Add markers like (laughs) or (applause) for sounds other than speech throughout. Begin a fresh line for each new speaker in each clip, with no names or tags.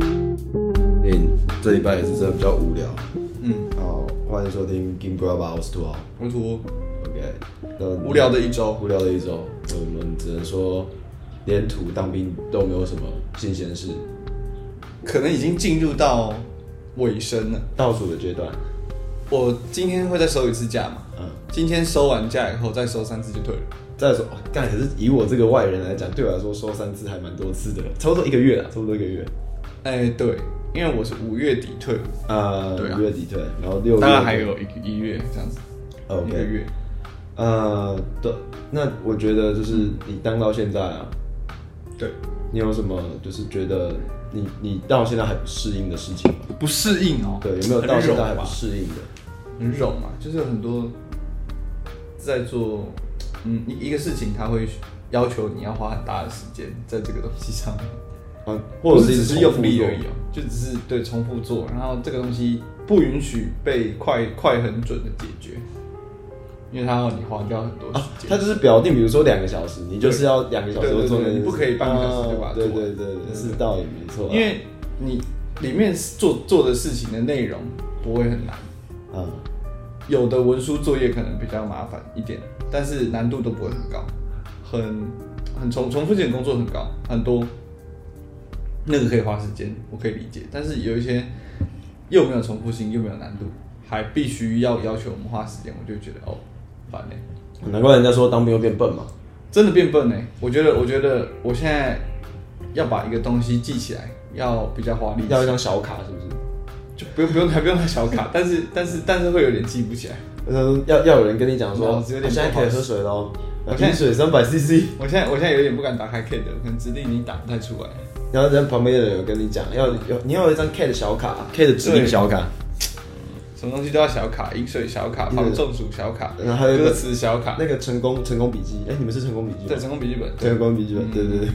嗯，这礼拜也是真的比较无聊。
嗯，
好，欢迎收听《Game Grab》，我是土豪。
我图
OK，那
无聊的一周，
无聊的一周，我们只能说连土当兵都没有什么新鲜事，
可能已经进入到尾声了。
倒数的阶段。
我今天会再收一次假嘛？
嗯，
今天收完假以后再收三次就退了。
再说，哦干、可是以我这个外人来讲，对我来说收三次还蛮多次的，差不多一个月啊，差不多一个月。
哎、对，因为我是五月底退，
呃，
对啊
五月底退，然后六月哦
当然还有一个一月这样子一个
OK
月。
呃，对，那我觉得就是你当到现在啊，
对，
你有什么就是觉得你你到现在还不适应的事情吗？
不适应哦。
对，有没有到现在还
很
不
吧？
适应的？
很冗嘛，就是有很多在做，嗯，一一个事情，他会要求你要花很大的时间在这个东西上面。
啊，或者
不
是
只
一直
是
重复
用力
做
而已哦，就只是对重复做，然后这个东西不允许被快快很准的解决，因为它让你花掉很多
啊，
时
它
间。
就是表定，比如说两个小时，你就是要两个小时
对对
都做那
对
件事，
你不可以半个小时就把
啊
它
对
做完
对对，
对
是道理没错啊。
因为你里面做做的事情的内容不会很难，
啊，
有的文书作业可能比较麻烦一点，但是难度都不会很高，很很重重复性的工作很高很多，那个可以花时间，我可以理解。但是有一些又没有重复性又没有难度，还必须要要求我们花时间，我就觉得哦烦嘞、
难怪人家说当兵会变笨嘛。
真的变笨嘞、欸我觉得我觉得我现在要把一个东西记起来，要比较花力气，
要一张小卡是不是？
就不用不用太不用太小卡，但是但是但是会有点记不起来。
嗯，要要有人跟你讲说，
脑子有点
啊现在
不好
可以喝水喽，
我
饮水三百 CC。
我现在我现在有点不敢打开 K 的，可能指令已经打不太出来。
然后人旁边的人有跟你讲，要有你要有一张 K 的小卡，K 的指令小卡，
什么东西都要小卡，饮水小卡，
对
防中暑小卡，
然后还有一个
歌词小卡，
那个成功成功笔记，哎，你们是成功笔记
对，嗯
吗？
成功笔记本，
成功笔记本，对对对。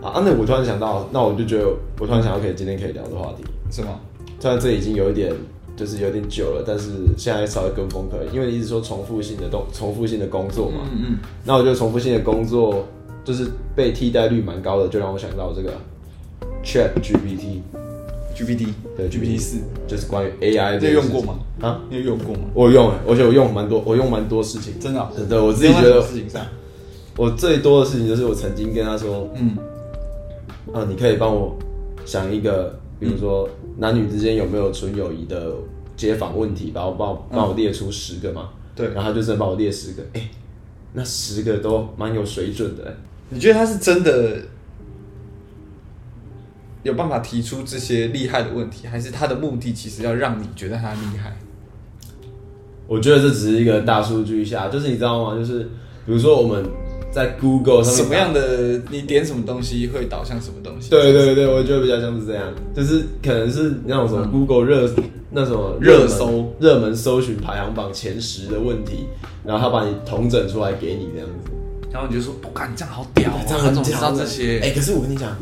啊，那我突然想到，那我就觉得我突然想到可以今天可以聊的话题，
什么？
虽然这已经有一点就是有点久了，但是现在稍微跟风可以，因为你一直说重复性的动重复性的工作嘛，
嗯嗯，
那我觉得重复性的工作就是被替代率蛮高的，就让我想到这个 Chat GPT，
，GPT，
对
GPT 四，
就是关于 AI
你
的
有用过吗？
啊，
你有用过吗？
我用，而且我用蛮多，我用蛮多事情，
真的哦
对对，我自己觉
用在什么
得
事情上，
我最多的事情就是我曾经跟他说，
嗯，
啊，你可以帮我想一个，比如说
嗯
男女之间有没有纯友谊的街访问题，然后帮我帮我列出十个嘛。
嗯对
然后他就真的帮我列十个，哎、那十个都蛮有水准的、
你觉得他是真的有办法提出这些厉害的问题，还是他的目的其实要让你觉得他厉害？
我觉得这只是一个大数据下，就是你知道吗？就是比如说我们在 Google 上面
什么样的你点什么东西会导向什么东西？
对对对，我觉得比较像是这样，就是可能是那种什么 Google 热那什么
热
门
搜
热门搜寻排行榜前十的问题，然后他把你统整出来给你这样子。
然后你就说，不敢，你这样好屌哦，
这样很屌
他
啊
总知道这些，
哎、可是我跟你讲，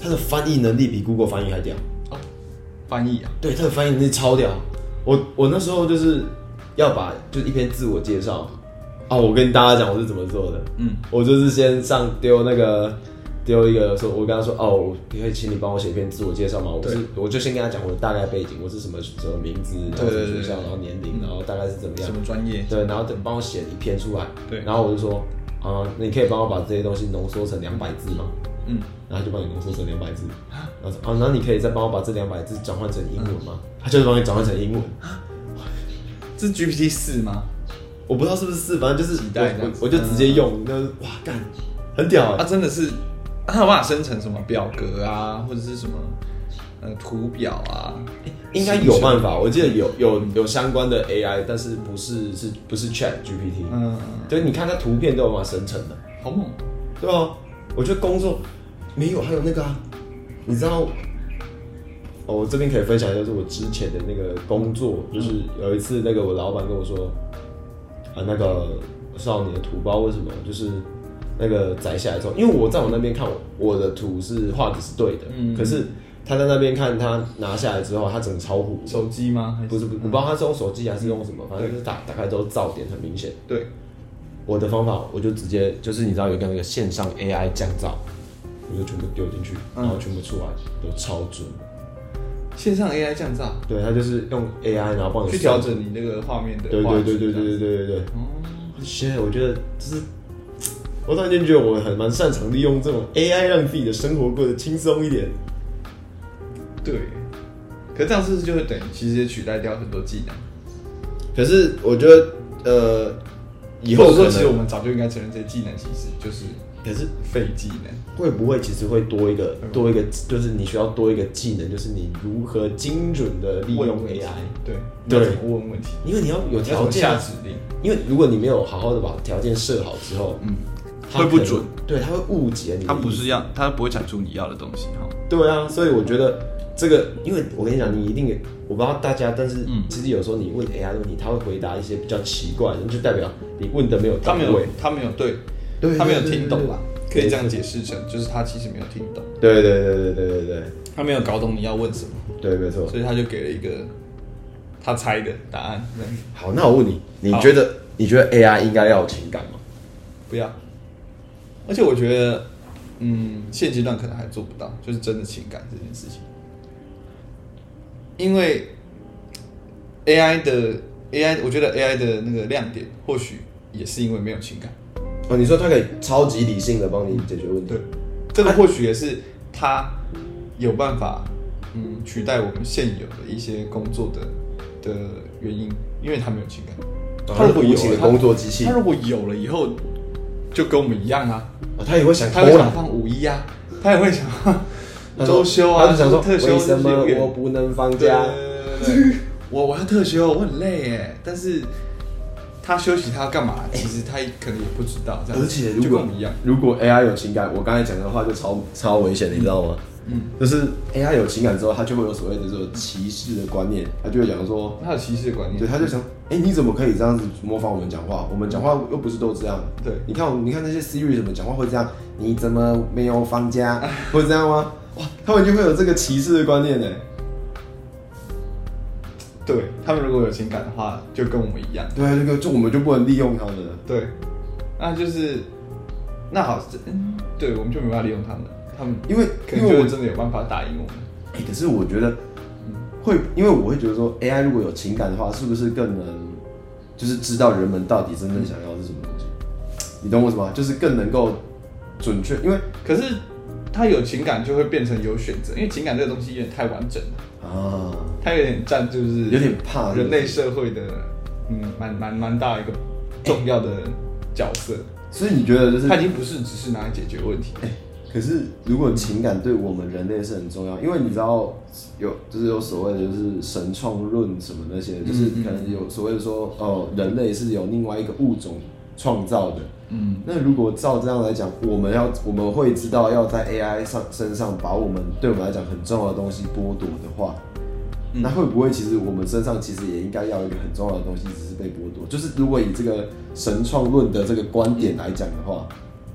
他的翻译能力比 Google 翻译还屌。
哦，翻译啊，
对，他的翻译能力超屌。我我那时候就是要把就是一篇自我介绍啊，我跟大家讲我是怎么做的。
嗯，
我就是先上丢那个丢一个说，我跟他说哦，我可以请你帮我写一篇自我介绍吗？我是我就先跟他讲我的大概背景，我是什么什么名字，然后什
对
么
对
学
对
校，然后年龄，然后大概是怎么样
什。么专业？
对，然后等帮我写一篇出来。
对
然后我就说啊、你可以帮我把这些东西浓缩成两百字吗？
嗯，
然后就帮你浓缩成两百字，然后说哦，然后你可以再帮我把这两百字转换成英文吗？他就是帮你转换成英文，
这是 GPT 四吗？
我不知道是不是是，反正就是我
待这样
我
子
我就直接用，那哇干，很屌
它
哎、
啊真的是，它有办法生成什么表格啊，或者是什么呃图表啊？
应该有办法，我记得有有有相关的 AI，但是不是是不是 Chat GPT？
嗯，
对，你看它图片都有办法生成的，
好猛！
对啊，我觉得工作没有，还有那个啊，你知道，哦，我这边可以分享一下，就是我之前的那个工作，就是
嗯
有一次那个我老板跟我说，啊，那个少年的图包为什么就是那个摘下来之后，因为我在我那边看我我的图是画的是对的，
嗯
可是他在那边看他拿下来之后，他整个超糊，
手机吗？还是
不是不是，我不知道他是用手机还是用什么，反正就是打打开之后噪点很明显。
对，
我的方法，我就直接就是你知道有一个那个线上 AI 降噪，我就全部丢进去，
嗯
然后全部出来都超准。
线上 AI 降噪
对，它就是用 AI 然后帮你
啊去
算
调。整你那个画面的
哦对
画
对
质
对对
这
对
样
对对对对。
哦，
现在我觉得就是，我突然间觉得我很蛮擅长利用这种 AI 让自己的生活过得轻松一点。
对。可这样是不是就会等于其实也取代掉很多技能？
可是我觉得呃，以后
或者说，
可
其
能
实我们早就应该承认这些技能其实就是
可是
废技能。
会不会其实会多一个
嗯
多一个，就是你需要多一个技能，就是你如何精准的利
问
用
问题
AI，
对
对
你要怎么问问题？
因为你要有条
你
件啊
要怎么下，指令，
因为如果你没有好好的把条件设好之后，
嗯，
它
会不
可能
准，
对，它会误解你的意思，
它不是要，它不会产出你要的东西哈。
对啊，所以我觉得这个，因为我跟你讲，你一定，我不知道大家，但是
嗯
其实有时候你问 AI 的问题，他会回答一些比较奇怪的，就代表你问的没有
他
到
没有
位。，
他没有对
对，
他没有
对对
听懂吧？可
对
以这样解释成，就是他其实没有听懂，
对对对对对对对
他没有搞懂你要问什么，
对，没错。
所以他就给了一个他猜的答案。这样
好，那我问你，你
好
觉得你觉得 AI 应该要有情感吗？
不要，而且我觉得，嗯，现阶段可能还做不到，就是真的情感这件事情，因为 AI 的 AI，我觉得 AI 的那个亮点或许也是因为没有情感。
哦，你说它可以超级理性的帮你解决问题
对，，这
啊
个或许也是他有办法，嗯，取代我们现有的一些工作的的原因，因为他没有情感。
哦
他如果有
无情的
他
工作机器
他如果有了以后，就跟我们一样啊，
哦他也会想
他
偷
会想
懒。
放五一啊，他也会想放
他说
周休啊，
他就想说
特休
为什么
这些
我不能放
对
假？
对对对对我我要特休，我很累哎，但是。他休息，他要干嘛？其实他可能也不知道，这样
哎而且如
就跟
果
我们一样，
如果 AI 有情感，我刚才讲的话就超超危险的，你知道吗？嗯，就是 AI 有情感之后，它就会有所谓的这种歧视的观念，它就会讲说，
他有歧视的观念。
对，他就想，哎、你怎么可以这样子模仿我们讲话？我们讲话又不是都这样。
对
你看我们，你看那些 Siri 什么讲话会这样，你怎么没有放
(laughs)
假？会这样吗？哇，他们就会有这个歧视的观念呢。
对他们如果有情感的话，就跟我们一样。
对啊，这个就我们就不能利用他们了。
对，那就是那好，这嗯，对，我们就没办法利用他们，他们
因为
可
因
能
为
就
我
会真的有办法打赢我们。
欸可是我觉得会，因为我会觉得说，AI 如果有情感的话，是不是更能就是知道人们到底真正想要是什么东西？你懂我什么？就是更能够准确，因为
可是他有情感就会变成有选择，因为情感这个东西有点太完整了，
啊，
它有点占就是
有点怕
人类社会的嗯，蛮蛮蛮大一个重要的角色。哎
所以你觉得就是
它已经不是只是拿来解决问题，
可是，如果情感对我们人类是很重要，因为你知道有就是有所谓的就是神创论什么那些，就是
嗯
可能有所谓的说哦，人类是有另外一个物种创造的。嗯，那如果照这样来讲，我们要我们会知道要在 AI 上身上把我们对我们来讲很重要的东西剥夺的话，
嗯
那会不会其实我们身上其实也应该要有一个很重要的东西，只是被剥夺？就是如果以这个神创论的这个观点来讲的话，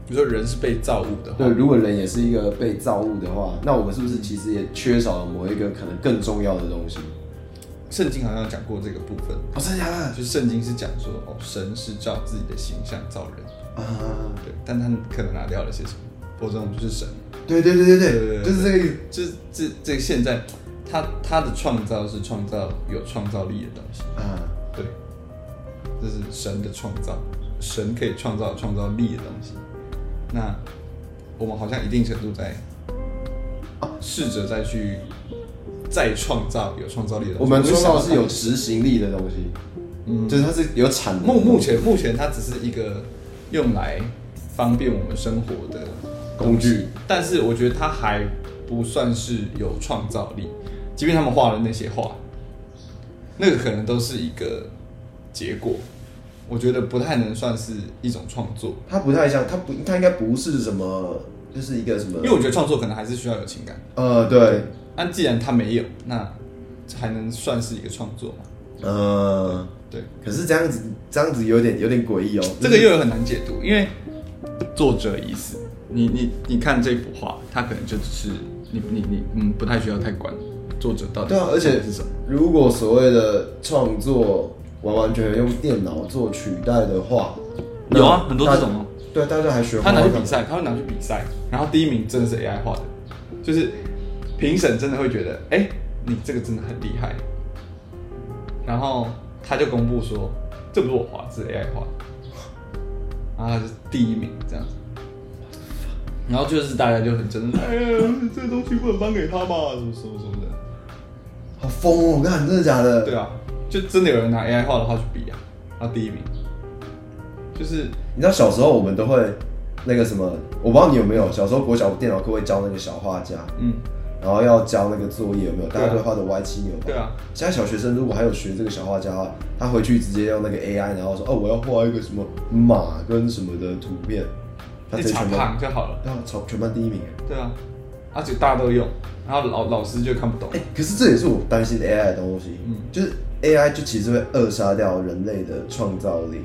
比如说人是被造物的话
对，，如果人也是一个被造物的话，那我们是不是其实也缺少了某一个可能更重要的东西？
圣经好像讲过这个部分。
哦，真的假的？
啊就是圣经是讲说，哦，神是照自己的形象造
啊，
人，对，但他可能拿掉了些什么，否则我们就是神。
对对对对
对
对，
对对
就是这个意思。
就是这这现在，他他的创造是创造有创造力的东西，
啊，
对，这是神的创造，神可以创造有创造力的东西。那我们好像一定程度在哦试着再去再创造有创造力的东西。
我们说到的是
想
有执行力的东西，嗯，就是它是有产能的
目
东西
目前目前它只是一个用来方便我们生活的
工具，
但是我觉得它还不算是有创造力，即便他们画的那些画，那个可能都是一个结果，我觉得不太能算是一种创作，
它不太像，它不，它应该不是什么，就是一个什么
因为，我觉得创作可能还是需要有情感。
呃，对，
那既然它没有，那还能算是一个创作吗？
呃，
对，
可是这样子，这样子有点有点诡异哦。
这个又有很难解读，因为作者已死，你你你看这幅画，它可能就只是你你你嗯，不太需要太管作者到底
对啊，而且
是什么。
如果所谓的创作完完全全用电脑做取代的话，那
有啊很多这种啊
大对，大家还学画
他拿去
画
比赛，他会拿去比赛，然后第一名真的是 AI 画的，就是评审真的会觉得，哎、你这个真的很厉害。然后他就公布说，这不是我画的，这是 AI 画的，然后他就是第一名这样子。然后就是大家就很争论，哎呀，这东西不能颁给他吧，什么什么什么的。
好疯哦！我看真的假的？
对啊，就真的有人拿 AI 画的画去比啊，然后第一名，就是
你知道小时候我们都会那个什么，我不知道你有没有，小时候国小电脑课会教那个小画家，
嗯，
然后要交那个作业有没有？大
对啊
家都会画的歪七扭八。
对啊。
现在小学生如果还有学这个小画家的话，他回去直接用那个 AI，然后说哦，我要画一个什么马跟什么的图片，他
一
直接
查
全班，
胖就好了。
对啊，全全班第一名。
对啊，而且大家都用，然后老老师就看不懂
哎、。可是这也是我担心的 AI 的东西，
嗯
就是 AI 就其实会扼杀掉人类的创造力。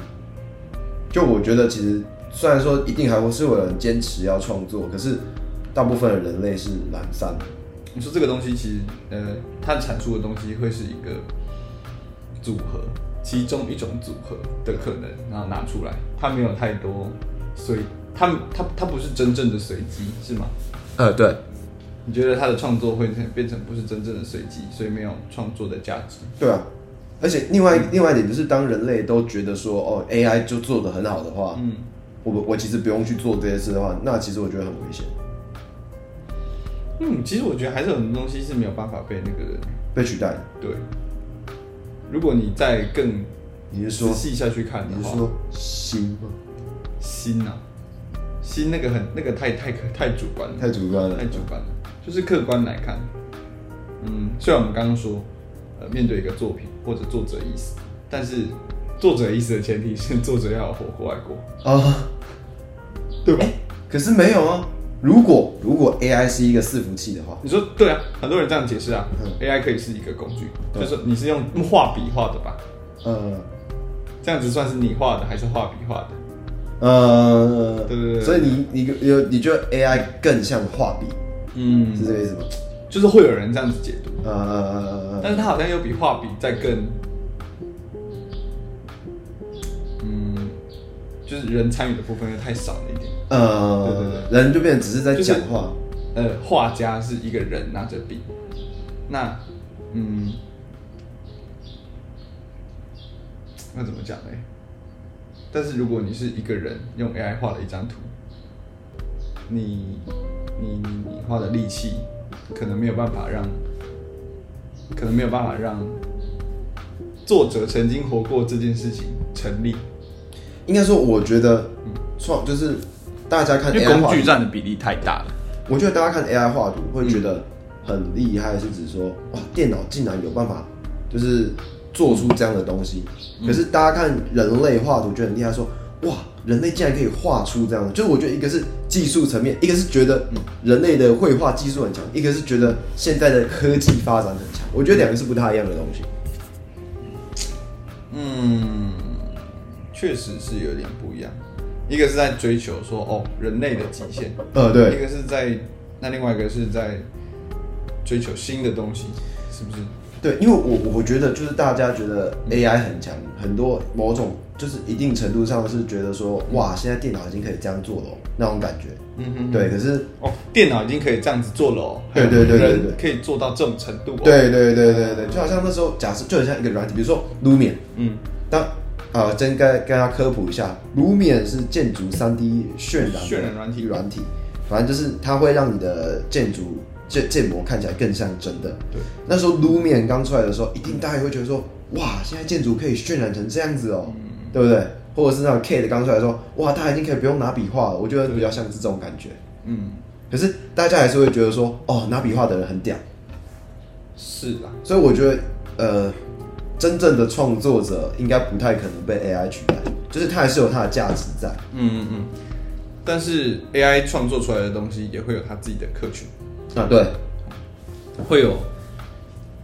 就我觉得，其实虽然说一定还会是有人坚持要创作，可是大部分的人类是懒散的。
你说这个东西其实，呃，它阐述的东西会是一个组合，其中一种组合的可能，然后拿出来，它没有太多随，它它它不是真正的随机，是吗？
呃，对，
你觉得他的创作会变成不是真正的随机，所以没有创作的价值？
对啊。而且另外另外一点就是，当人类都觉得说哦 AI 就做的很好的话，
嗯，
我我其实不用去做这些事的话，那其实我觉得很危险，
嗯，其实我觉得还是有很多东西是没有办法被那个人
被取代的。
对。如果你再更
你是
仔
说
细下去看的
你是
话，
说心吗？
心啊，心那个很那个太太太主观了，
太主观了
太。主观了。就是客观来看，嗯，虽然我们刚刚说，呃，面对一个作品或者作者意思，但是作者意思的前提是 (laughs) 作者要有活过来过，
啊，
对吧？
可是没有啊。如果如果 AI 是一个伺服器的话，
你说对啊，很多人这样解释啊、
嗯
a i 可以是一个工具，
对
就是你是用用画笔画的吧？
呃
这样子算是你画的还是画笔画的？
呃，
对对对
所以你你有你觉得 AI 更像画笔，是
嗯，
这个意思吗？
就是会有人这样子解读，
呃呃呃呃
但是它好像又比画笔再更，嗯，就是人参与的部分又太少了一点。
呃，人就变成只是在
就是
讲话，
呃，画家是一个人拿着笔，那嗯，那怎么讲呢？但是如果你是一个人用 AI 画了一张图，你你你你画的力气可能没有办法让，可能没有办法让作者曾经活过这件事情成立，
应该说我觉得创就是大家看
因为
AI
工
画
具
图，
占的比例太大了。
我觉得大家看 AI 画图会觉得很厉害，是指说哇，电脑竟然有办法就是做出这样的东西。
嗯
可是大家看人类画图觉得很厉害，说哇，人类竟然可以画出这样的。就是我觉得一个是技术层面，一个是觉得
嗯
人类的绘画技术很强，一个是觉得现在的科技发展很强。我觉得两个是不太一样的东西。
嗯，确实是有点不一样。一个是在追求说哦人类的极限，
呃，
一
对，
个是在那另外一个是在追求新的东西，是不是？
对，因为我我觉得就是大家觉得 AI 很强，很多某种就是一定程度上是觉得说，哇，现在电脑已经可以这样做了哦、那种感觉。
嗯哼，
对，可是
哦，电脑已经可以这样子做了哦，
对对对对对
人可以做到这种程度、哦，，
对对对对对，就好像那时候假设就很像一个软体，比如说 Lumion，
嗯，
当啊，真该跟大家科普一下，Lumion 是建筑 3D 渲染的
渲染软体
软体，反正就是它会让你的建筑建建模看起来更像真的。
对，
那时候 Lumion 刚出来的时候，一定大家也会觉得说，哇，现在建筑可以渲染成这样子哦，
嗯
对不对？或者是那种 K 的刚出来说，哇，它已经可以不用拿笔画了，我觉得比较像是这种感觉。
嗯，
可是大家还是会觉得说，哦，拿笔画的人很屌。
是啊，
所以我觉得，呃，真正的创作者应该不太可能被 AI 取代，就是它还是有它的价值在。
嗯嗯嗯。但是 AI 创作出来的东西
啊
也会有它自己的客群，
啊，对，
会有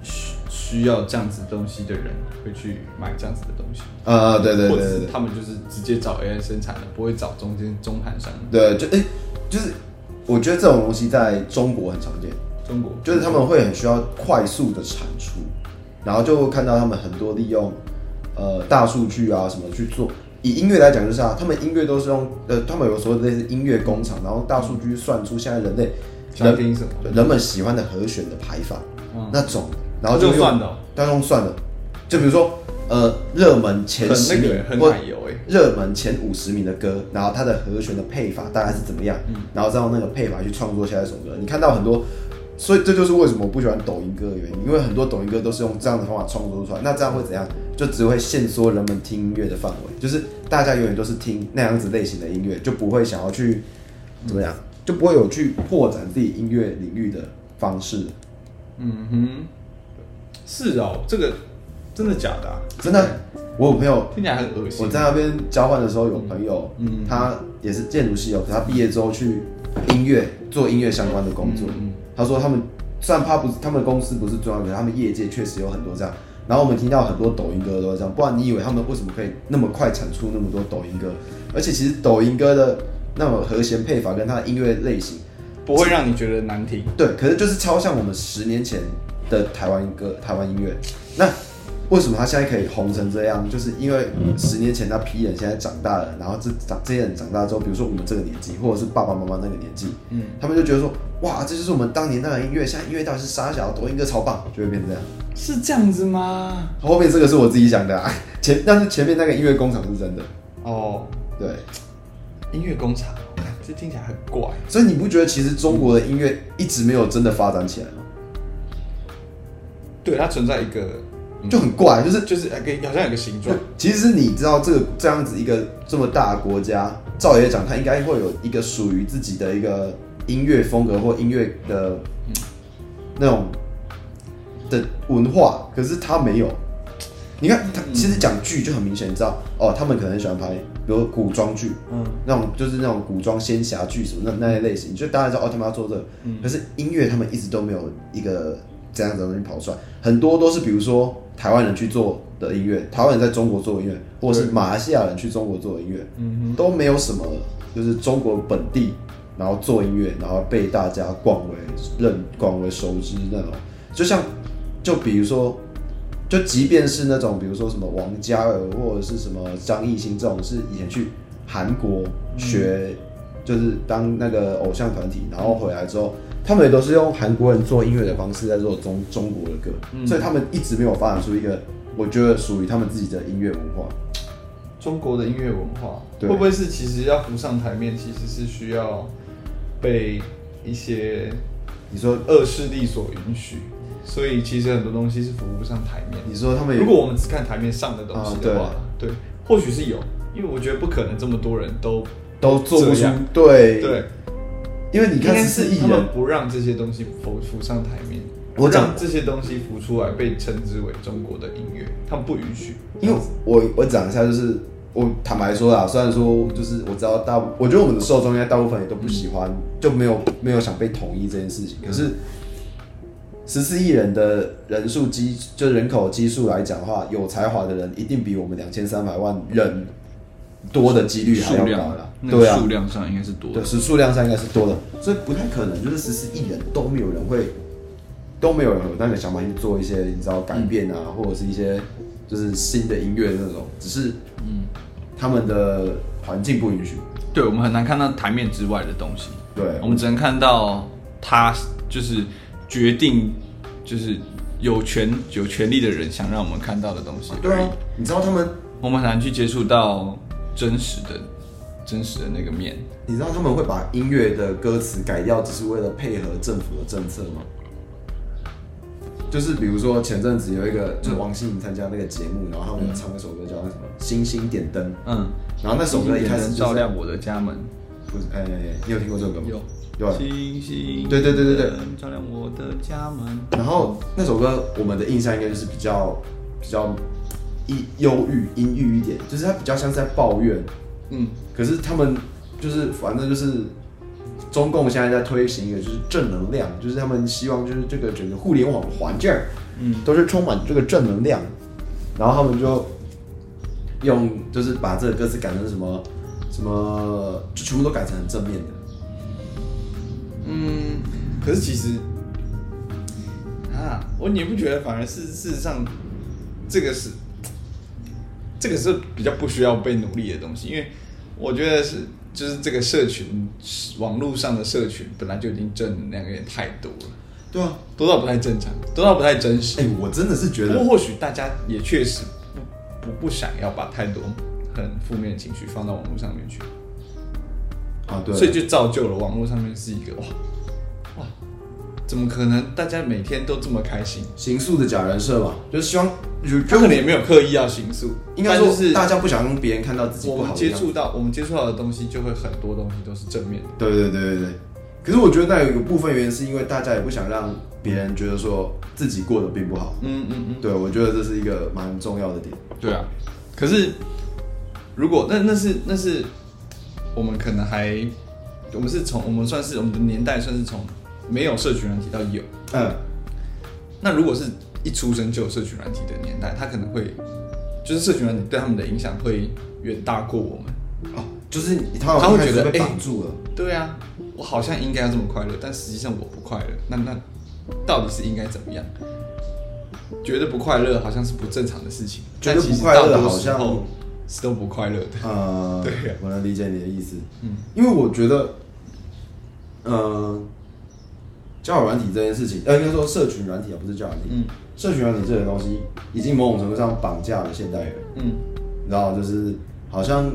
需需要这样子的东西的人会去买这样子的东西，
呃，对对对
或者
对
是
对
他们就是直接找 AI 生产的，不会找中间中盘商。
对，就哎、就是我觉得这种东西在中国很常见，
中国
就是他们会很需要快速的产出，然后就看到他们很多利用呃大数据啊什么去做。以音乐来讲就是啊，他们音乐都是用呃，他们有所谓的类似音乐工厂，然后大数据算出现在人类
想
人
听什么，
人们喜欢的和弦的排法、
嗯
那种，然后就
这
用
算的哦，
要用算的，就比如说呃热门前
很
十
那个
名
欸很
或
奶油哎、
热门前五十名的歌，然后它的和弦的配法大概是怎么样，然后再用那个配法去创作下一首歌。你看到很多，所以这就是为什么我不喜欢抖音歌的原因，因为很多抖音歌都是用这样的方法创作出来。那这样会怎样？就只会限缩人们听音乐的范围，就是大家永远都是听那样子类型的音乐，就不会想要去怎么样，就不会有去拓展自己音乐领域的方式。
嗯哼，是哦，这个真的假的、啊？
真的，我有朋友
听起来很恶心。
我在那边交换的时候，有朋友，
嗯
他也是建筑系哦，可他毕业之后去音乐做音乐相关的工作。
嗯
他说他们虽然他不是他们的公司不是重要的，可是他们业界确实有很多这样。然后我们听到很多抖音歌都是这样，不然你以为他们为什么可以那么快产出那么多抖音歌？而且其实抖音歌的那种和弦配法跟它的音乐类型，
不会让你觉得难听。
对，可是就是超像我们十年前的台湾歌、台湾音乐。那为什么他现在可以红成这样？就是因为十年前那批人现在长大了，然后这长这些人长大之后，比如说我们这个年纪，或者是爸爸妈妈那个年纪，
嗯，
他们就觉得说，哇，这就是我们当年那个音乐，现在音乐到底是傻小，抖音歌超棒，就会变成这样。 (laughs)
是这样子吗？
后面这个是我自己讲的、啊，前但是前面那个音乐工厂是真的，
哦，
对。
音乐工厂，这听起来很怪。
所以你不觉得其实中国的音乐一直没有真的发展起来吗？
对，它存在一个，嗯
就很怪，就是
就是一个好像有个形
就
状。
其实你知道这个这样子一个这么大的国家，照理来讲，它应该会有一个属于自己的一个音乐风格或音乐的
嗯
那种的文化，可是它没有。你看，它其实讲剧就很明显，你知道哦，他们可能很喜欢拍，比如古装剧，
嗯，
那种就是那种古装仙侠剧什么那那一类型，就大家知道哦他们要做这个，可是音乐他们一直都没有一个这样子的东西跑出来，很多都是比如说台湾人去做的音乐，台湾人在中国做的音乐，或者是马来西亚人去中国做的音乐，
嗯
都没有什么就是中国本地然后做音乐，然后被大家广为认广为熟知那种，就像就比如说。就即便是那种，比如说什么王嘉尔或者是什么张艺兴这种，是以前去韩国学，
嗯
就是当那个偶像团体，然后回来之后，他们也都是用韩国人做音乐的方式在做中中国的歌，
嗯
所以他们一直没有发展出一个我觉得属于他们自己的音乐文化。
中国的音乐文化会
对
不会是其实要浮上台面，其实是需要被一些
你说，
恶势力所允许，所以其实很多东西是浮不上台面。
你说他们有
如果我们只看台面上的东西的话，
啊
对，或许是有，因为我觉得不可能这么多人都
都做不
这
出
样，
对，
对，
因为你看
应该
十四
是
亿
他
人
们，不让这些东西浮浮上台面，
我
不
讲
让这些东西浮出来，被称之为中国的音乐，他们不允许。
因为我我讲一下，就是我坦白说啦，虽然说就是我知道大部，我觉得我们的受众应该大部分也都不喜欢，就没有没有想被统一这件事情。可是十四亿人的人数基，就人口基数来讲的话，有才华的人一定比我们两千三百万人多的几率还要高啦。对啊，
量上应该是多
对，是数量上应该是多的，所以不太可能，就是十四亿人都没有人会，都没有人有那个想法去做一些你知道改变啊，或者是一些就是新的音乐那种，只是嗯，他们的环境不允许。
对，我们很难看到台面之外的东西。
对
我们只能看到他就是决定，就是有权有权利的人想让我们看到的东西而已。
对啊，你知道他们，
我们很难去接触到真实的、真实的那个面。
你知道他们会把音乐的歌词改掉，只是为了配合政府的政策吗？就是比如说前阵子有一个，就是王心凌参加那个节目，然后他们有唱一首歌叫什么《星星点灯》，
嗯，
然后那首歌一开始就是啊
照亮我的家门。
不是，哎、你有听过这首歌吗？
有
有啊。
星星，
对对对对对，
照亮我的家门。
然后那首歌我们的印象应该就是比较比较抑忧郁、阴郁一点，就是它比较像是在抱怨。
嗯，
可是他们就是反正就是中共现在在推行一个就是正能量，就是他们希望就是这个整个互联网环境儿
嗯，
都是充满这个正能量。然后他们就用就是把这个歌词改成什么什么，就全部都改成很正面的。
嗯，可是其实啊，我你不觉得反而是事实上，这个是这个是比较不需要被努力的东西，因为我觉得是就是这个社群网络上的社群本来就已经正能量有点太多了，
对啊，
多到不太正常，多到不太真实
哎、。我真的是觉
不
得
过或许大家也确实不不不想要把太多很负面的情绪放到网络上面去，
啊，对，
所以就造就了网络上面是一个哇哇，怎么可能大家每天都这么开心？
刑诉的假人设嘛，就是希望就
他
就
可能也没有刻意要形塑，
应该
但就
说
是
大家不想让别人看到自己
我
不
们
好的
接
样子。
触到我们接触到的东西，就会很多东西都是正面的。
对对对对对。可是我觉得那有一个部分原因是因为大家也不想让别人觉得说自己过得并不好。
嗯嗯嗯，
对，我觉得这是一个蛮重要的点。
对啊。可是如果那那是那是我们可能还我们是从我们算是我们的年代算是从没有社群软体到有，
嗯，
那如果是一出生就有社群软体的年代，他可能会就是社群软体对他们的影响会远大过我们。
哦，就是你他好
他
像
会
开始
觉得
被
哎
绑住了。
对啊，我好像应该要这么快乐，但实际上我不快乐。那那到底是应该怎么样？觉得不快乐好像是不正常的事情，
觉得
但其
不
实
快乐
大多
好
时
像
候是都不快乐的。
呃，
(laughs) 对啊
我能理解你的意思。
嗯，
因为我觉得，呃，交友软体这件事情，呃，应该说社群软体啊，不是交友软体。
嗯
社群软体这个东西，已经某种程度上绑架了现代人。
嗯
然后就是好像，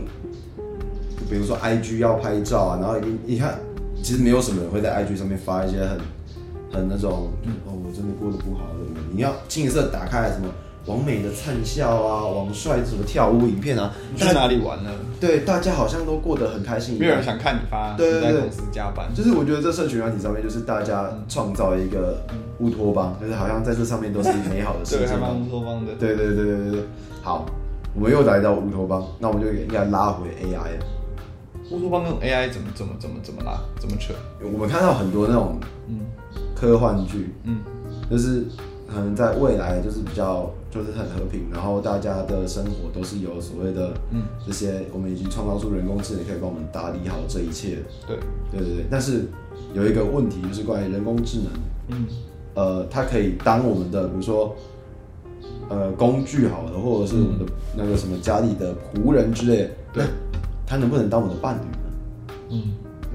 比如说 IG 要拍照啊，然后一定你看，其实没有什么人会在 IG 上面发一些很很那种，
嗯
哦，我真的过得不好的。你要清一色打开什么王美的灿笑啊，王帅什么跳舞影片啊，
你去
大
哪里玩了？
对大家好像都过得很开心一样。
没有人想看你发，
对对
你在
对
公司加班。
就是我觉得这社群软体上面，就是大家创造一个乌托邦，就是好像在这上面都是美好的事
对，还
情。
蛮乌托邦的。
对对对对对对，好，我们又来到乌托邦，那我们就应该拉回 AI 了。
乌托邦跟 AI 怎么怎么怎么怎么啦？怎么扯？
我们看到很多那种
嗯
科幻剧，
嗯
就是可能在未来就是比较就是很和平，然后大家的生活都是有所谓的
嗯，
这些，我们已经创造出人工智能可以帮我们打理好这一切。
对，
对对对，但是有一个问题就是关于人工智能，
嗯
呃，它可以当我们的比如说呃工具好了，或者是我们的那个什么家里的仆人之类的，
对，
它能不能当我的伴侣呢？
嗯，
对，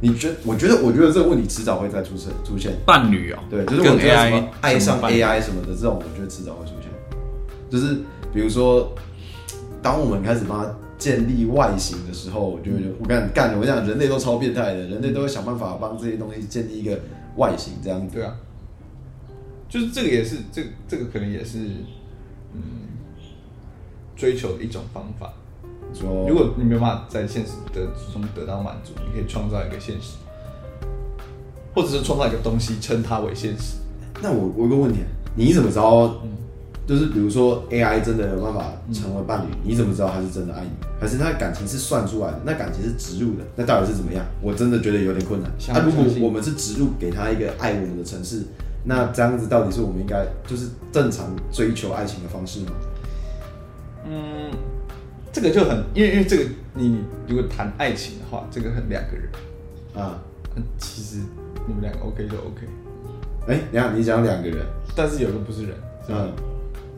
你觉我觉得我觉得这个问题迟早会再出现出现。
伴侣哦，
对，就是
跟
我觉得什
AI
么爱
怎
上
么办
AI 什么的这种，我觉得迟早会出现。就是比如说，当我们开始帮它建立外形的时候，我就会觉得我干干，我讲人类都超变态的，人类都会想办法帮这些东西建立一个外形这样子。
对啊，就是这个也是这这个可能也是嗯追求的一种方法。
说
如果你没有办法在现实的中得到满足，你可以创造一个现实，或者是创造一个东西称它为现实。
那我我有个问题，你怎么知道？
嗯
就是比如说 AI 真的有办法成为伴侣，你怎么知道他是真的爱你，还是他的感情是算出来的？那感情是植入的，那到底是怎么样？我真的觉得有点困难。
相
那、如果
相信
我们是植入给他一个爱我们的城市，那这样子到底是我们应该就是正常追求爱情的方式吗？
嗯，这个就很因为因为这个你如果谈爱情的话，这个很两个人，
啊，
嗯其实你们两个 OK 就 OK，
哎、你看你讲两个人，
但是有一个不是人，
嗯，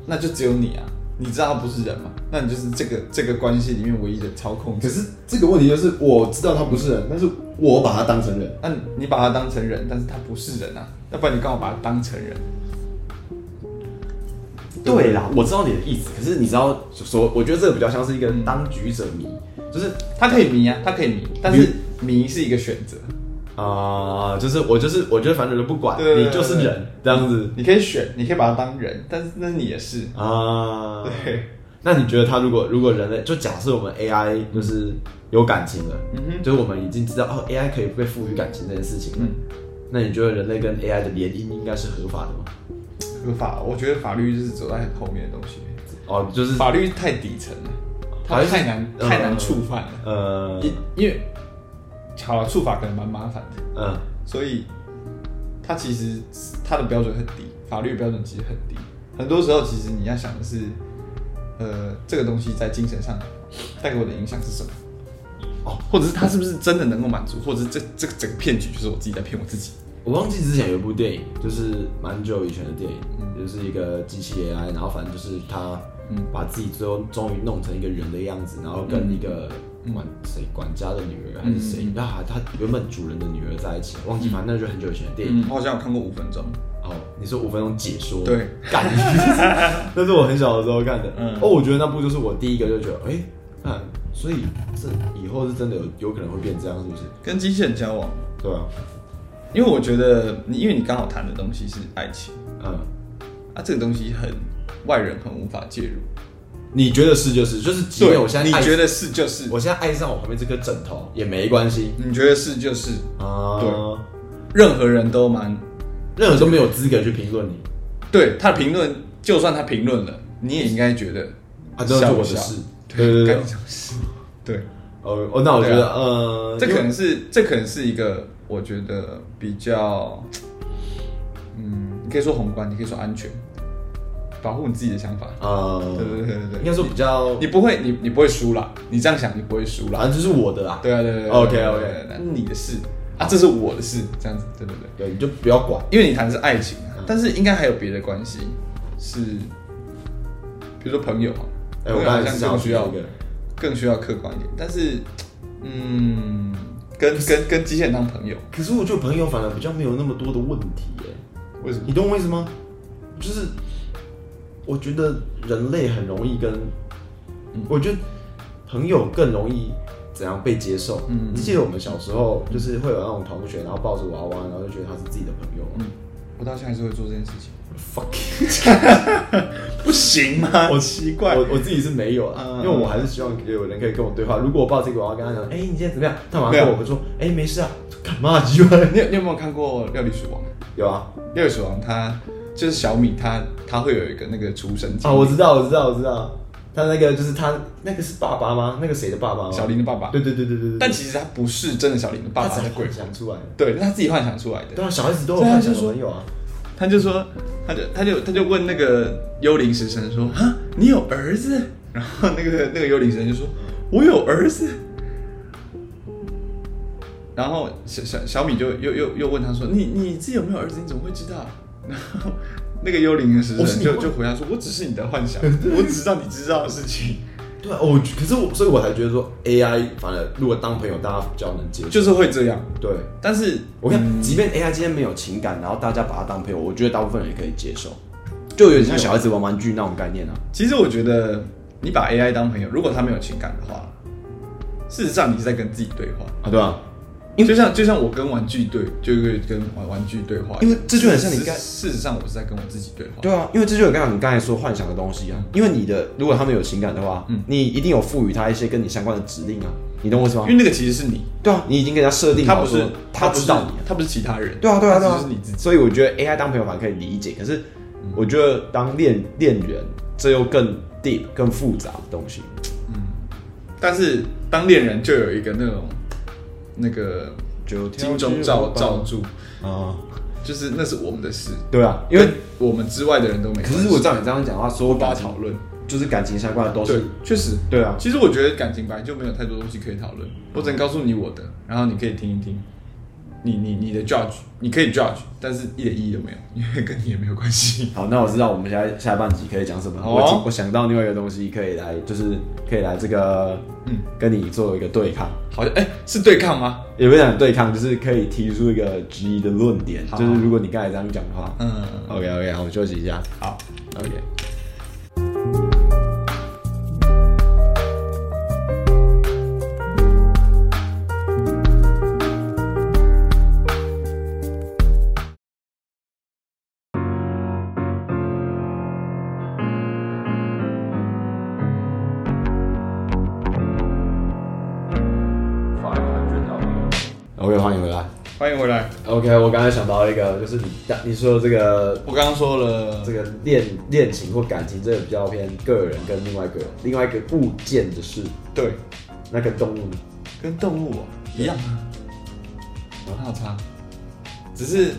那就只有你啊。你知道他不是人嘛？那你就是这个这个关系里面唯一的操控者
可。是这个问题就是我知道他不是人，但是我把他当成人，
那你把它当成人，但是它不是人啊，要不然你刚好把它当成人。
对啦，我知道你的意思，可是你知道，所我觉得这个比较像是一个
嗯
当局者迷，就是
它可以迷啊，它可以迷，但是迷是一个选择，
啊、就是我就是我觉得反正就不管
对对对
你就是人这样子
你可以选，你可以把它当人，但是那你也是，
啊。
对，
那你觉得他如果如果人类就假设我们 AI 就是有感情了，
嗯哼
就是我们已经知道哦 AI 可以被赋予感情这件事情了，
嗯
那你觉得人类跟 AI 的联姻应该是合法的吗？
合法。我觉得法律就是走在很后面的东西，
哦，就是
法律太底层了，
法
它
律是
太难
呃
太难触犯了，
呃
因因为好了，触法可能蛮麻烦的，
嗯
所以它其实它的标准很低，法律标准其实很低。很多时候，其实你要想的是，呃，这个东西在精神上带给我的影响是什么？哦，或者是他是不是真的能够满足，或者是这这个整个骗局就是我自己在骗我自己？
我忘记之前有一部电影，就是蛮久以前的电影，
嗯
就是一个机器 AI，然后反正就是他把自己最后终于弄成一个人的样子，然后跟一个
嗯
管谁管家的女儿还是谁，然后他原本主人的女儿在一起，忘记反正那就很久以前的电影。
嗯，我好像有看过五分钟。
哦，你说五分钟解说，
对，嗯
干， (laughs) 那是我很小的时候看的。哦，我觉得那部就是我第一个就觉得，哎、看，所以这以后是真的有有可能会变这样，是不是？
跟机器人交往，
对啊，
因为我觉得你，因为你刚好谈的东西是爱情
嗯。
啊，这个东西很外人很无法介入。
你觉得是就是，就是即便我现在
你
爱
觉得是就是，
我现在爱上我旁边这颗枕头也没关系
你觉得是就是，
啊，
对，任何人都蛮
任何人都没有资格去评论你
对他评论，就算他评论了，你也应该觉得
啊，这是我的
笑不笑
事，对对对
干你，什么事？对，
哦哦，那我觉
对
得
啊
呃，
这
因
可
为
能是这可能是一个我觉得比较，嗯，你可以说宏观，你可以说安全，保护你自己的想法。
呃
对，对对对
应
对，
该说比较，
你不会，你你不会输啦，你这样想你不会输啦。
反正就是我的啦，
对啊对对对
OK，OK
对对对那是你的事啊，这是我的事，这样子，对对对。
对，你就不要管
因为你谈的是爱情啊，但是应该还有别的关系，是比如说朋友啊，
哎，
朋
我
友
刚
好
才
像
是想要
更需要
一个，
更需要客观一点，但是嗯，跟跟跟机器人当朋友，
可是我觉得朋友反而比较没有那么多的问题耶，
为什么？
你懂我意思吗？就是我觉得人类很容易跟，
嗯
我觉得朋友更容易怎样被接受。
嗯
你记得我们小时候就是会有那种同学，然后抱着娃娃，然后就觉得他是自己的朋友吗。
嗯，我到现在还是会做这件事情，
Fuck，
不行吗？我奇怪，
我我自己是没有啊，
嗯
因为我还是希望有人可以跟我对话。如果我抱着一个娃娃跟他讲，哎、你今天怎么样？他马上
没有
跟我说，哎、没事啊，干嘛啊？奇怪，
你有你有没有看过《料理鼠王》？
(laughs) 有啊，
《料理鼠王》它就是小米它，它会有一个那个厨神
啊，我知道，我知道，我知道，他那个就是他那个是爸爸吗？那个谁的爸爸吗？
小林的爸爸，
对，对对对对对，
但其实他不是真的小林的爸
他
爸
只
的
是
鬼
鬼，想出来的。
对，他自己幻想出来的。
对啊，小孩子都有
对啊
幻想的
就是说
朋友啊。
他就说，他就他就他就问那个幽灵食神说：“啊，你有儿子？”然后那个那个幽灵食神就说：“我有儿子。”然后小小小米就又又又问他说：“你你自己有没有儿子？你怎么会知道？”然后那个幽灵的食
我是
神
你
就
幻
就回答说：“我只是你的
(laughs)
幻想，我只知道你知道的事情，
对啊，我可是我，所以我才觉得说 AI 反而如果当朋友，大家比较能接受。
就是会这样。
对，”
但是
我看，即便 AI 今天没有情感，然后大家把它当朋友，我觉得大部分人也可以接受，就有点像小孩子玩玩具那种概念啊。
其实我觉得你把 AI 当朋友，如果他没有情感的话，事实上你是在跟自己对话。
啊，对啊，
就像就像我跟玩具对，就是跟玩玩具对话一样，
因为这就很像你
事
刚
事实上我是在跟我自己对话。
对啊，因为这就有刚刚你刚才说幻想的东西啊，因为你的如果他们有情感的话，你一定有赋予他一些跟你相关的指令啊，你懂我意思吗
因？为那个其实是你，
对啊，你已经给他设定
他
好
不
说，
是
他
不
知
是
道你啊。
他不是其他人。
对啊，对啊，对
他
啊嗯
只是你自。己。
所以我觉得 AI 当朋友反而可以理解，可是我觉得当恋恋人，这又更 deep、更复杂的东西。
但是当恋人就有一个那种那个
就
金钟罩罩住，
啊，
就是那是我们的事，
对啊，因为
跟我们之外的人都没关
可
系。
是我照你这样讲的话，所有
无法
感情
讨论，
就是感情相关的都
哦对
是，
确实。
对啊，
其实我觉得感情本来就没有太多东西可以讨论，我只能告诉你我的，然后你可以听一听，你你你的 judge，你可以 judge，但是一点意义都没有，因为跟你也没有关系。 (laughs)
好，那我知道我们下一下半集可以讲什么。
好
我
啊
记我想到另外一个东西可以来，就是可以来这个，嗯
嗯，
跟你做一个对抗，
好像哎、是对抗吗？
也不是讲对抗，就是可以提出一个质疑的论点。
好
就是如果你刚才这样讲的话、
嗯，
o k OK，好，我们休息一下
好。
，OK。OK，欢迎回来。
欢迎回来。
OK，我刚才想到一个，就是你刚你说这个
我刚刚说了
这，个恋恋情或感情，这个比较偏个人跟另外一个另外一个物件的事，
对，
那跟动物呢
跟动物、啊、一样啊，哪有差？只是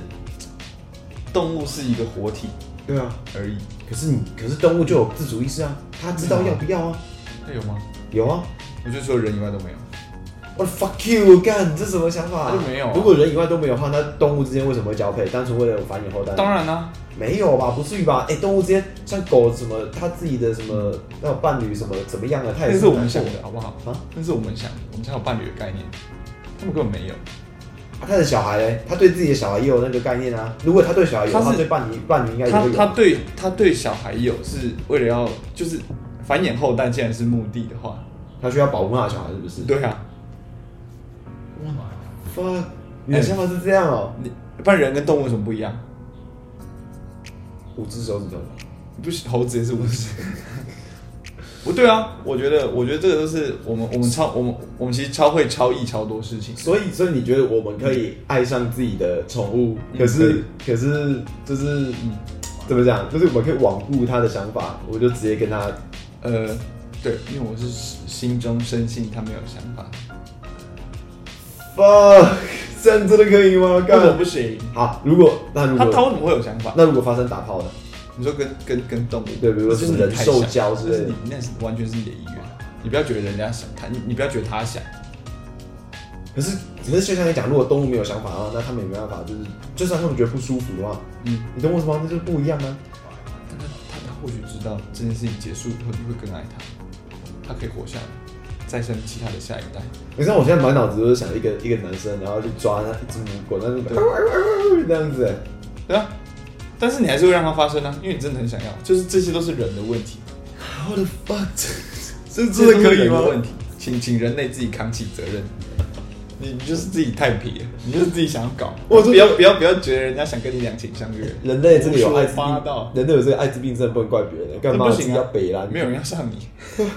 动物是一个活体
对啊，
而已，
可是你可是动物就有自主意识啊，它知道要不要啊，
那哎有吗？
有啊。
我觉得除了人以外都没有。
我 fuck you，干，你这什么想法、
那就没有啊
如果人以外都没有的话，那动物之间为什么会交配？单纯为了繁衍后代？
当然啦、
没有吧，不至于吧？哎、动物之间像狗什么，它自己的什么那种伴侣什么怎么样啊，它也
那是
很
我们
难
想
过
的好不好？
啊，
那是我们想的，我们才有伴侣的概念，他们根本没有。
啊他的小孩嘞，他对自己的小孩也有那个概念啊。如果他对小孩有，
他是
他对伴侣伴侣应该也
他
会有
他
啊。
对他对小孩有是为了要就是繁衍后代，既然是目的的话，
他需要保护他的小孩是不是？
对啊，
，fuck，你
哎
的想法是这样哦、
你不然人跟动物有什么不一样？
五只手指头，
不是猴子也是 (laughs) 五只。不对啊，我觉得，我觉得这个都是我们我们超我们我们其实超会超意超多事情。
所以所以你觉得我们可以爱上自己的宠物，
嗯
可是可是就是、嗯、怎么讲，就是我们可以罔顾他的想法，我就直接跟他
呃，对，因为我是心中深信他没有想法，
fuck，这样真的可以吗？
为什么
干
不，行？
好，如果那如
他他
果
为什么会有想法？
那如果发生打炮呢？
你说跟跟跟动物，
对比如说
就是
什么人兽交之类的
就是你那是完全是你的意愿，你不要觉得人家想他，你你不要觉得他想，
可是可是就像你讲，如果动物没有想法的话，那他们也没办法，就是就算他们觉得不舒服的话，
嗯，
你懂我什么？那就是不一样啊。
但他他他或许知道这件事情结束以后你会更爱他，他可以活下来，再生其他的下一代。
你知道我现在满脑子都是想一个一个男生，然后去抓那一只母狗，那就呃这样子、欸。
对啊，但是你还是会让它发生啊，因为你真的很想要，就是这些都是人的问题，
How the fuck？
这
真的可以吗
人的问题，请请人类自己扛起责任。你你就是自己太皮了，你就是自己想要搞，
我真的
不要不要不要觉得人家想跟你两情相悦，
人类这个有
胡说
艾滋
八
病
道，，
人类有这个艾滋病症不能怪别人，干
这
嘛
不
自己
行啊
要，北啦？
没有人要上你， (laughs)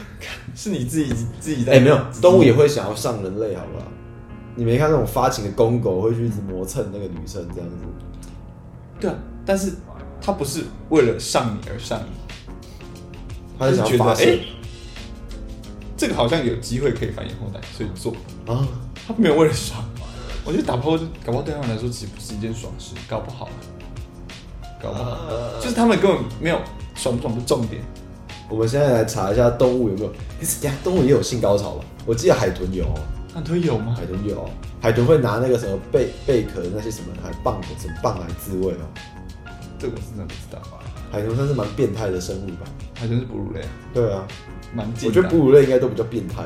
是你自己自己在。
哎、没有，动物也会想要上人类，好不好？你没看那种发情的公狗会去一直磨蹭那个女生这样子，
对啊，但是它不是为了上你而上你，
它就
就
是想
觉
要
得
发
哎、
现、
这个好像有机会可以繁衍后代，所以做。
啊，
他没有为了爽，我觉得打炮搞不好对他们来说其实不是一件爽事，搞不好，啊搞不好，
呃
(laughs) 就是他们根本没有爽不爽的重点。
我们现在来查一下动物有没有？可是呀，动物也有性高潮吧？我记得海豚有、哦，
那啊都有吗
海？豚有、哦，海豚会拿那个什么贝贝壳那些什么海蚌什么蚌来自慰哦。
这个我是真的不知道。
海豚算是蛮变态的生物吧？
海豚是哺乳类啊，
对啊，
蛮近
我
的
觉
啊。
得哺乳类应该都比较变态，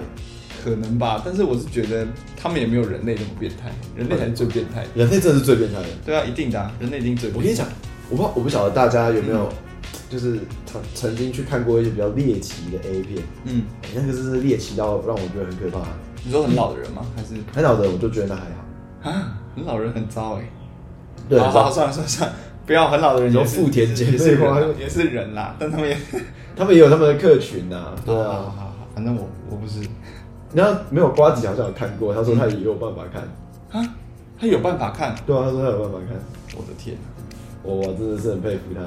可能吧，但是我是觉得他们也没有人类那么变态，人类才是最变态的。
人类真的是最变态的。
对啊，一定的、啊，人类一定最。
我跟你，讲，我不我不晓得大家有没
嗯
有，就是曾曾经去看过一些比较猎奇的 A 片，
嗯，
哎那个真是猎奇到让我觉得很可怕。
你说很老的人吗？还是
很老的我就觉得那还好，
啊，很老的人很糟哎、
对，
好
很糟
好算了算了算了，不要很老的人
你
也
说
是
富田姐
也是
妹
人
花
啊也是人啦，但他们也。
他们也有他们的客群呐、啊， (laughs) 对
好好
啊。
好好，反正我我不是
然后没有瓜子好像有看过，他说他也有办法看，
啊，他有办法看，
对啊，他说他有办法看，哦
我的天、啊
我我真的是很佩服他。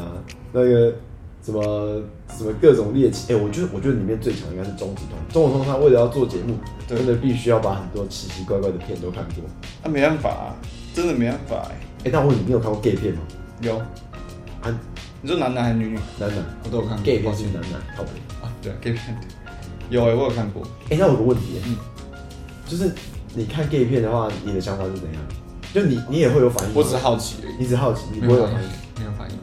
那个什么什么各种猎奇，哎、我觉得我觉得里面最强应该是钟子通，钟子通他为了要做节目，
对
真的必须要把很多奇奇怪怪的片都看过。
那、没办法、啊，真的没办法哎、
哎、那我问你，你有看过 gay 片吗？
有，
啊，
你说男男还是女女，
男男
我都有看过。
gay
抱
片是
歉
男男，靠北。
啊，对，gay 片，对有哎、我有看过。
哎、那我有个问题、
嗯
就是你看 gay 片的话，你的想法是怎样？就你你也会有反应吗？
我只好奇而
你
已，
只好奇，你不
没
会
有
有
反
反
应
应。，
没有反应，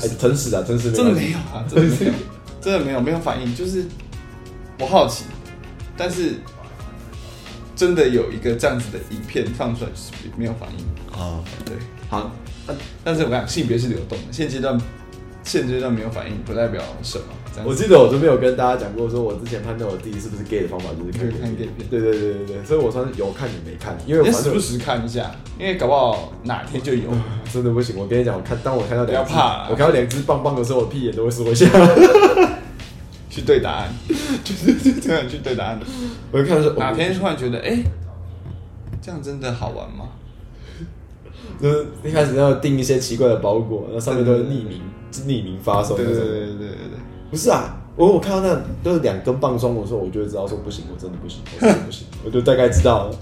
(laughs) 就是是诚实啊，诚实
真的
关
没
系
有啊，真的没有，真的没有，没有反应，就是我好奇，但是真的有一个这样子的影片放出来，就是没有反应，
啊。
对。
好，
但是我讲性别是流动的，现阶段现阶段没有反应，不代表什么。这样
我
子
记得我都没有跟大家讲过，说我之前判断我自己是不是 gay 的方法就是看
就是看 gay 片
对对对对对，所以我算是有看也没看，因为
你
我
要
反
时
正
哎不时看一下，因为搞不好哪天就有。
真的不行。我跟你讲，我看当我看到两只
不要怕啊
我看到两只棒棒的时候，我屁眼都会缩一下。 (laughs)
去对答案，就是这样去对答
(laughs)
案。
我就看到说，
哪
哦
天突然觉得，哎、这样真的好玩吗？
就是一开始要订一些奇怪的包裹，那上面都是匿名匿名发送
对
那
对
种。
对对对对对，
不是啊，我我看到那都是两根棒装的时候，我就会知道说不行，我真的不行，我真的不行， (laughs) 我就大概知道了。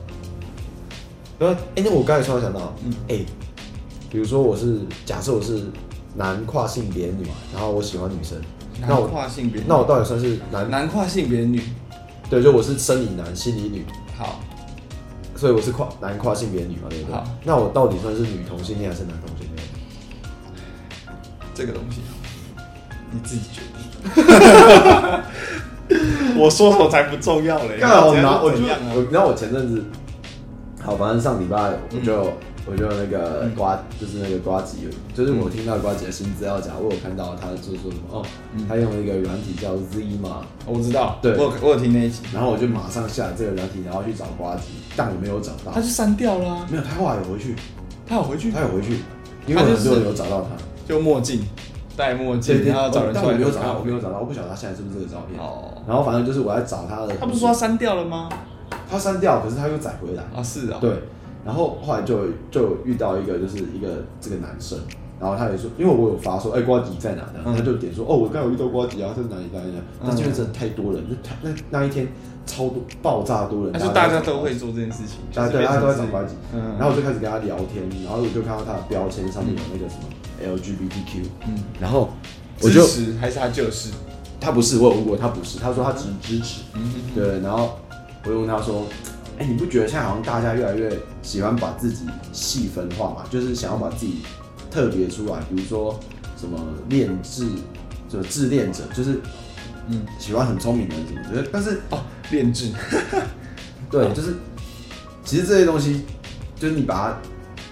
然后，哎、那我刚才突然想到，嗯
嗯，
哎、比如说我是假设我是男跨性别女，然后我喜欢女生，那
男
我
跨性别，
那我到底算是男？
呃男跨性别女，
对，就我是生理男，心理女，
好，
所以我是跨男跨性别女嘛，对不对
好？
那我到底算是女同性恋还是男同性恋？
这个东西你自己决定。 (laughs) 我说什么才不重要嘞
刚好拿我
我
就
怎样啊
我，你知道我前阵子，好，反正上礼拜我就、
嗯
我就那个瓜，就是那个瓜吉，就是
嗯
我听到瓜吉的新资料夹，我有看到他就是说什么哦，
嗯
他用了一个软体叫 Z 嘛，
我知道，
对
我有我有听那一集，
然后我就马上下载这个软体，然后去找瓜吉，但我没有找到
他，就嗯删掉了啊，
没有，他后来有回去，
他有回去
他有回去，因为很多人有找到他，
就墨镜，戴墨
对
镜，
对，
然后找人
但
出
我
来
没有
就
找
他
到，我没有找到，我不晓得他现在是不是这个照片。
哦，
然后反正就是我在找他的，
他不是说他删掉了吗？
他删掉，可是他又载回来。
啊，是啊，，
对，然后后来就就遇到一个就是一个这个男生，然后他也说，因为我有发说，哎、瓜吉在哪呢？
嗯
他就点说，哦，我刚有遇到瓜吉啊，在哪里哪里哪里，但是因为真的太多人，那他那那一天超多爆炸多人，
但是大家都会做这件事情，
大家
就是
对
变
大家
成
都在
是
找瓜吉，
嗯，
嗯然后我就开始跟他聊天，然后我就看到他的标签上面有那个什么 LGBTQ，
嗯
然后我
支
就
持还是他就是，
他不是，我有问过他不是，他说他只支持，
嗯
对，然后我就问他说，哎、你不觉得现在好像大家越来越喜欢把自己细分化嘛？就是想要把自己特别出来，比如说什么恋智，就自恋者，就是
嗯，
喜欢很聪明的人什么的，但是
哦，炼制，
对，就是其实这些东西，就是你把它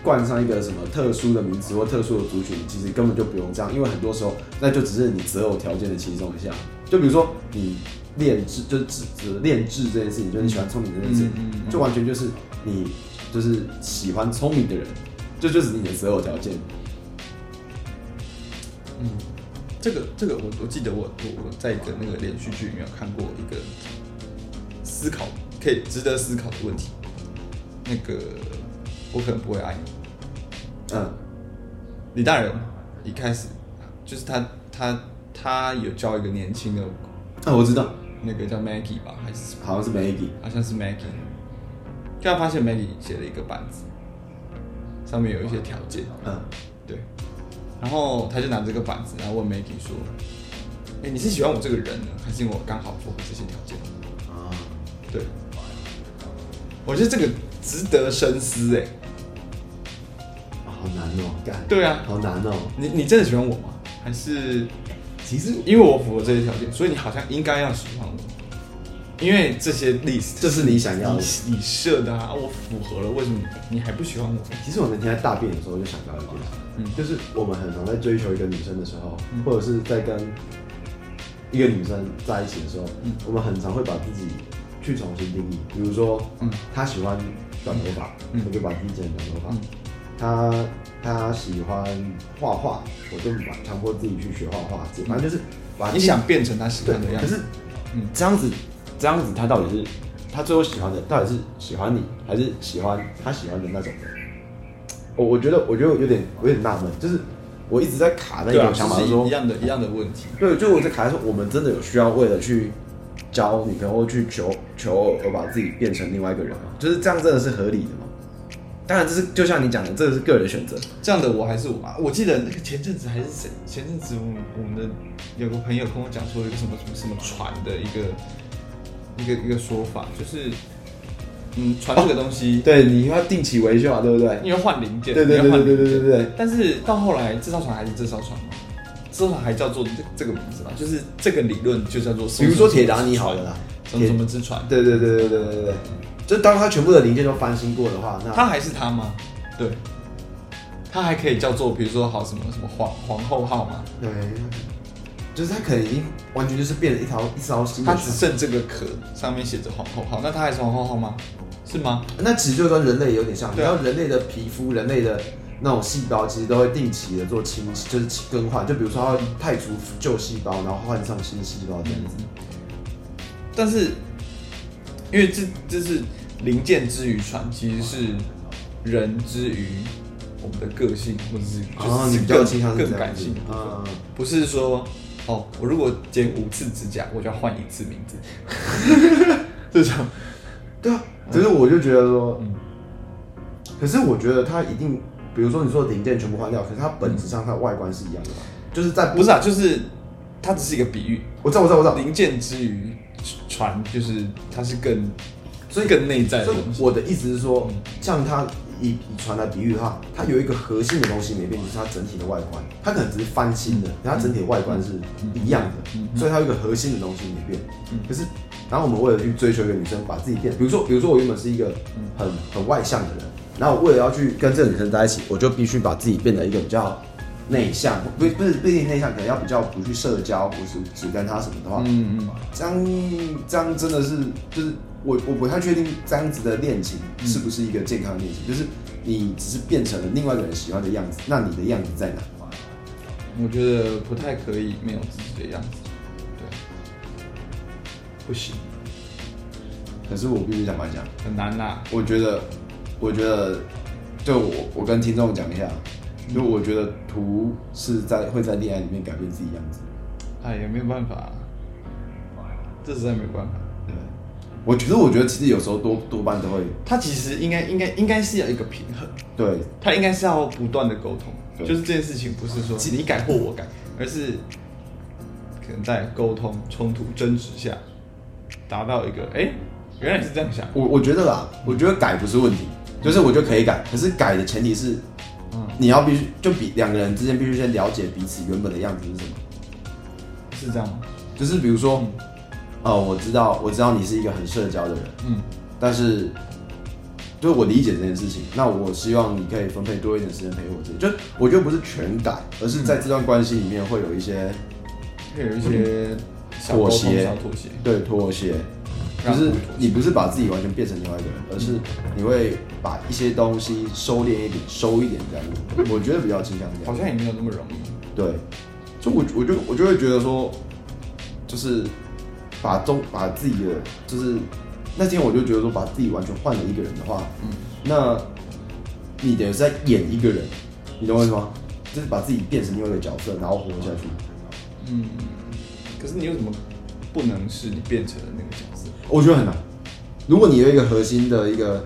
冠上一个什么特殊的名词或特殊的族群，其实根本就不用这样，因为很多时候那就只是你择偶条件的其中一项。就比如说你练智，就是只只练智这件事情，就是你喜欢聪明这件事情，
嗯嗯嗯
就完全就是你就是喜欢聪明的人，这就是你的择偶条件。
嗯，这个这个我我记得我我我在一个那个连续剧里面有看过一个思考可以值得思考的问题，那个我可能不会爱你，
嗯，
李大人一开始就是他他他有教一个年轻的
那、啊我知道，
那个叫 Maggie 吧，还是什么
好像是 Maggie。
好像是 Maggie，就他发现 Maggie 写了一个板子，上面有一些条件，
嗯
对，然后他就拿着这个板子，然后问 Maggie 说：“哎、你是喜欢我这个人呢，还是因为我刚好符合这些条件
啊，？”
对，我觉得这个值得深思哎、
好难哦、干
对啊
好难哦、
你你真的喜欢我吗？还是
其实
因为我符合这些条件，所以你好像应该要喜欢我，因为这些 list
这是你想要的
你你设的啊，我符合了，为什么你还不喜欢我？
其实我那天在大便的时候就想到一件事，
嗯
就是我们很常在追求一个女生的时候，或者是在跟一个女生在一起的时候，
嗯
我们很常会把自己去重新定义。比如说，
嗯
她喜欢短头发，
嗯
我就把自己剪短头发；
嗯
她她喜欢画画，我就把强迫自己去学画画。反正就是把自
你
己
想变成他喜
对
欢的，样
可是
子，嗯
这样子，这样子，他到底是他最后喜欢的，到底是喜欢你，还是喜欢他喜欢的那种人？我我觉得，我觉得有点，我有点纳闷，就是我一直在卡那
对啊，
种想法，
就是
说
一样的一样的问题。
对，就我在卡在说，我们真的有需要为了去交女朋友或去求求偶而把自己变成另外一个人吗？就是这样，真的是合理的吗？当然，这是就像你讲的，这个是个人的选择。
这样的我还是我妈，我记得那个前阵子还是谁，前阵子我们我们的有个朋友跟我讲说一个什么什么什么船的一个一个一个说法，就是嗯，船这个东西，
哦对，你要定期维修啊，对不对？
你要换零件，
对对
你
对
要换
对
零
对
件
对对对。
但是到后来，这艘船还是这艘船吗？这艘船还叫做这这个名字吗？就是这个理论就叫做，
比如说铁达尼好了啦，
什么什么之船，
对对对对对对对，就当它全部的零件都翻新过的话，那
它还是它吗？对，它还可以叫做，比如说好什么什么皇皇后号吗？
对，就是它可能已经完全就是变了一条一艘新
它
的
只
船。
剩这个壳，上面写着皇后号，那它还是皇后号吗？是吗？
那其实就跟人类有点像，你知
对啊
道人类的皮肤、人类的那种细胞，其实都会定期的做清，就是更换。就比如说，它会太除旧细胞，然后换上新细胞这样子。
但是因为这这是零件之于船，其实是人之于我们的个性，或者是
哦，
嗯就是
你比较倾向是
更
这
更
样
感
子
性的，部分
嗯，
不是说哦，我如果剪五次指甲，我就要换一次名
(laughs)
字，这种
对啊。只是我就觉得说，
嗯
可是我觉得它一定比如说你说的零件全部换掉，可是它本质上它的外观是一样的嘛，就是在
不是啊，就是它只是一个比喻，
我知道我知道我知道，
零件之于船，就是它是更，所以更内在的
所以
东西。
我的意思是说，像它以以船来比喻的话，它有一个核心的东西没变，就是它整体的外观，它可能只是翻新的，可它整体的外观是一样的，所以它有一个核心的东西没变。可是，然后我们为了去追求一个女生，把自己变，比如说，比如说我原本是一个很很外向的人，然后我为了要去跟这个女生在一起，我就必须把自己变得一个比较。内向不不是不一定内向，可能要比较不去社交，不是只跟他什么的话，
嗯嗯，
这样这样真的是就是我我不太确定这样子的恋情是不是一个健康的恋情，就是你只是变成了另外一个人喜欢的样子，那你的样子在哪？
我觉得不太可以没有自己的样子，对，不行，
可是我必须坦白讲，
很难呐、
我觉得我觉得就我我跟听众讲一下，就我觉得图是在会在恋爱里面改变自己样子，
哎，也没有办法、这实在没办法。
对，我觉得我觉得其实有时候多多半都会
他其实应该应该应该是要一个平衡，
对
他应该是要不断的沟通，
对
就是这件事情不是说你改或我改，而是可能在沟通、冲突、争执下，达到一个哎、原来是这样想，
我我觉得啦，我觉得改不是问题，就是我觉得可以改，可是改的前提是，
嗯
你要必须就比两个人之间必须先了解彼此原本的样子是什么，
是这样吗？
就是比如说，哦，我知道我知道你是一个很社交的人，
嗯
但是就是我理解这件事情，那我希望你可以分配多一点时间陪我这，就我觉得不是全改，而是在这段关系里面会有一些
会有一些小
妥
沟通
协
小妥协，
对妥协，就
让步
是
妥
你不是把自己完全变成另外一个人，而是你会把一些东西收敛一点、收一点这样子。我觉得比较倾向这
好
样。
像也没有那么容易。
对，就我我就我就会觉得说，就是把中把自己的就是那天我就觉得说，把自己完全换了一个人的话，嗯，那你等于是在演一个人，你懂我意思吗？就是把自己变成另外一个角色，然后活下去。
嗯，可是你又怎么不能是你变成了那个角色？
我觉得很难。如果你有一个核心的一个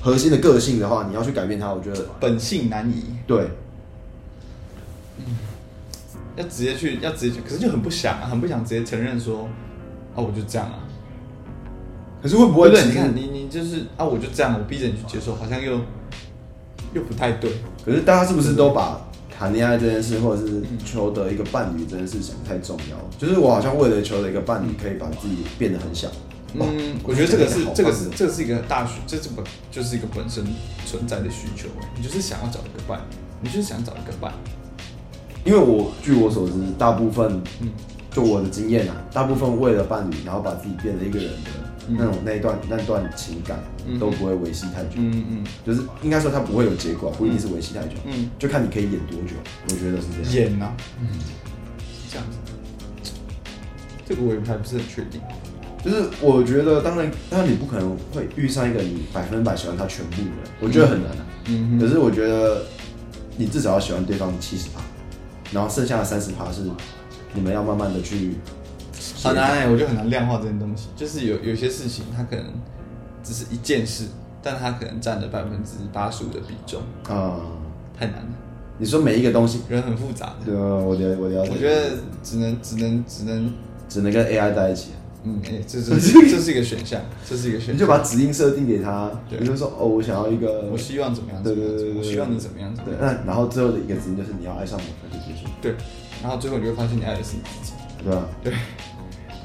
核心的个性的话，你要去改变它，我觉得
本性难移，
对，
要直接去，要直接去，可是就很不想、啊，很不想直接承认说，啊，我就这样啊。
可是会不
不
会
对，
其
你
实
看你你就是啊，我就这样，我逼着你去接受，好像又又不太对。
可是大家是不是都把谈恋爱这件事，或者是求得一个伴侣这件事想得太重要了？就是我好像为了求得一个伴侣，可以把自己变得很小。哇
嗯，我觉得这个是
好棒哦
这个是这个是一个大需，这是本就是一个本身存在的需求、欸你就是想要找一个伴，你就是想找一个伴，
因为我据我所知，大部分
嗯
就我的经验啊，大部分为了伴侣，然后把自己变成一个人的那种那一段那段情感都不会维系太久。
嗯嗯，
就是应该说它不会有结果，不一定是维系太久，
嗯
嗯，就看你可以演多久，我觉得是这样。
演啊，嗯，是这样子，这个我也还不是很确定。
就是我觉得，当然，当然你不可能会遇上一个你百分百喜欢他全部的人，我觉得很难啊。
嗯
可是我觉得你至少要喜欢对方七十趴，然后剩下的三十趴是你们要慢慢的去
很难哎、我觉得很难量化这件东西。就是有有些事情，它可能只是一件事，但它可能占了百分之八十五的比重，
啊、
太难了。
你说每一个东西，
人很复杂的，
对，啊我了我了解，
我觉得只能只能只能，
只能跟 AI 在一起，啊
嗯，哎、
(laughs)
这是这是一个选项，这是一个选
你就
项。
把指令设定给他，
对
你就说哦，我想要一个，
我希望怎么样？
对
怎么
对
样
对对对，
怎么样？我希望你怎么样？怎么
对，
样？
那然后最后的一个指令就是你要爱上我，那就结束，
对，然后最后你会发现，你爱的是你自己，
对吧？
对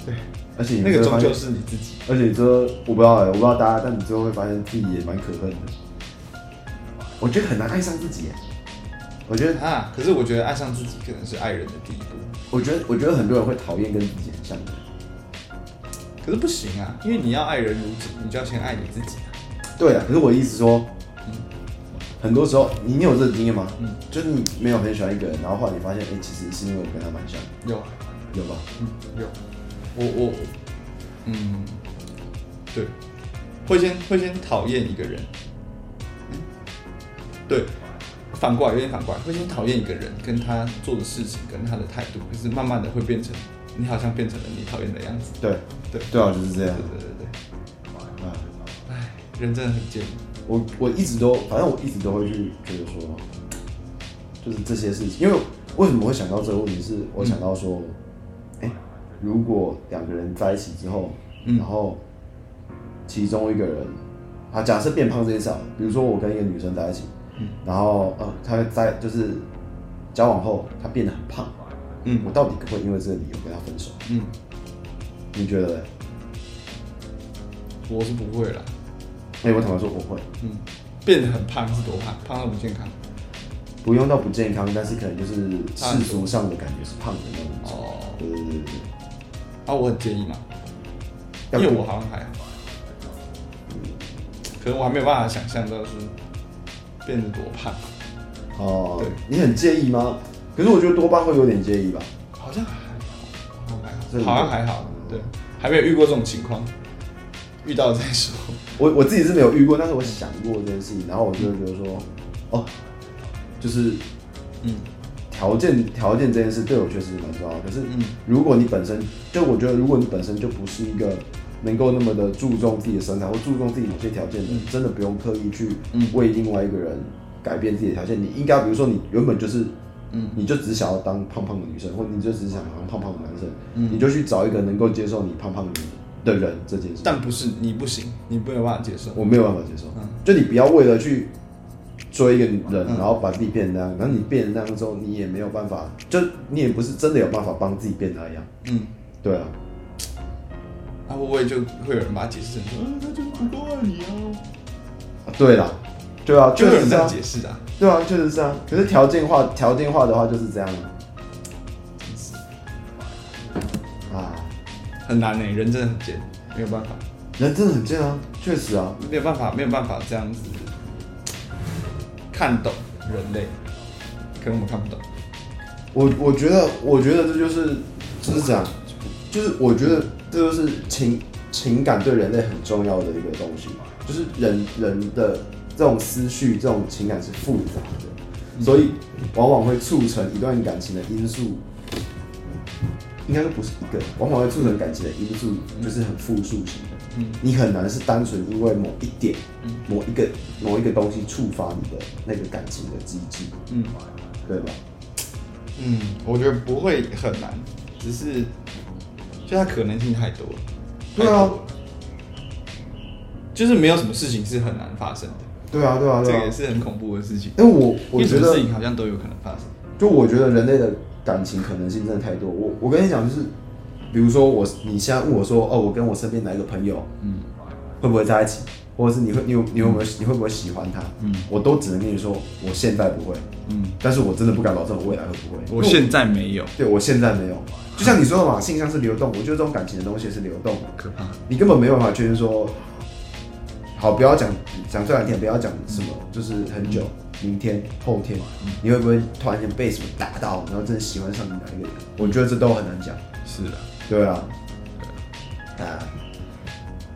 对，
而且你
那个
最后
终
发现
究是你自己。
而且你最后我不知道哎、我不知道大家，但你最后会发现自己也蛮可恨的。我觉得很难爱上自己、耶。我觉得，
啊！可是我觉得爱上自己可能是爱人的第一步，
我觉得，我觉得很多人会讨厌跟自己很像的人。
可是不行啊，因为你要爱人如己，你就要先爱你自己啊。
对啊，可是我的意思说，很多时候你你有这个经验吗？
嗯
就是你没有很喜欢一个人，然后后来你发现，哎、其实是因为我跟他蛮像的，
有啊，
有吧？
嗯，有，我我，嗯，对，会先会先讨厌一个人，对，反过来有点反过来，会先讨厌一个人，跟他做的事情，跟他的态度，可是慢慢的会变成你好像变成了你讨厌的样子，
对，
对，
对啊，就是这样
对。对对对，
啊，
唉，人真的很贱，
我我一直都，反正我一直都会去觉得说，就是这些事情。因为为什么会想到这个问题是，我
嗯
想到说，哎、如果两个人在一起之后，
嗯
然后其中一个人，啊，假设变胖这一次好了，比如说我跟一个女生在一起，
嗯
然后呃，她在就是交往后，她变得很胖，
嗯
我到底可不可以因为这个理由跟她分手？
嗯，
你觉得嘞？
我是不会啦。
哎、我坦白说我会，
嗯，变得很胖是多胖？胖到不健康。
不用到不健康，但是可能就是世俗上的感觉是胖的那种。
哦，
对对对对对。
啊，我很介意嘛，
要
因为我好像还好，可能我还没有办法想象到是变得多胖，
哦
对，
你很介意吗？可是我觉得多半会有点介意吧。
好像还好，好像还
真
好，
的
好像还好，对，还没有遇过这种情况，遇到再说。
我我自己是没有遇过，但是我想过这件事情，然后我就会觉得说，哦，就是
嗯
条件条件这件事对我确实蛮重要的。可是
嗯，
如果你本身就我觉得，如果你本身就不是一个能够那么的注重自己的身材或注重自己某些条件的人，真的不用刻意去
嗯
为另外一个人改变自己的条件。你应该比如说你原本就是。
嗯
你就只想要当胖胖的女生，或你就只想当胖胖的男生，
嗯
你就去找一个能够接受你胖胖的的人这件事。
但不是你不行，你没有办法接受。
我没有办法接受。
嗯
就你不要为了去追一个人，
嗯
然后把自己变成那样，然后你变成那样之后，你也没有办法，就你也不是真的有办法帮自己变那样。
嗯，
对啊，
那会不会就会有人把它解释成说，嗯，他就是不够爱你啊？
啊对啦，对啊，
就
确
会有
实是
人这样
啊，
解释啊。
对啊，确实是啊。可是条件化，条件化的话就是这样啊。啊，
很难呢、欸人真的很贱，没有办法，
人真的很贱啊，确实啊。
没有办法，没有办法这样子看懂人类，可能我们看不懂。
我我觉得，我觉得这就是就是这样，就是我觉得这就是情情感对人类很重要的一个东西，就是人人的这种思绪、这种情感是复杂的，所以往往会促成一段感情的因素。应该说不是一个，往往会促成感情的因素就是很复数型的，
嗯
你很难是单纯因为某一点、
嗯
某一个、某一个东西触发你的那个感情的机制，
嗯
对吧？
嗯，我觉得不会很难，只是就它可能性太多了。
对
太
啊
多了，就是没有什么事情是很难发生的，
对啊，对啊，
这
对啊。
个也是很恐怖的事情。
因为我我
因为什
觉
么
得
事，情好像都有可能发生。
就我觉得人类的感情可能性真的太多。我我跟你讲，就是比如说我，你现在问我说，哦，我跟我身边哪一个朋友，
嗯
会不会在一起，或者是你会你有你有没有、你会不会喜欢他？
嗯
我都只能跟你说，我现在不会，
嗯，
但是我真的不敢保证我未来会不会。
我现在没有，
对我现在没有，就像你说的嘛，性向是流动，我觉得这种感情的东西是流动的。
可怕。
你根本没有办法确定说，好，不要讲讲最难听，不要讲什么，就是很久，
嗯
明天、后天，你会不会突然间被什么打到，然后真的喜欢上你哪一个
嗯
人？我觉得这都很难讲，
是啊，
对啊，啊，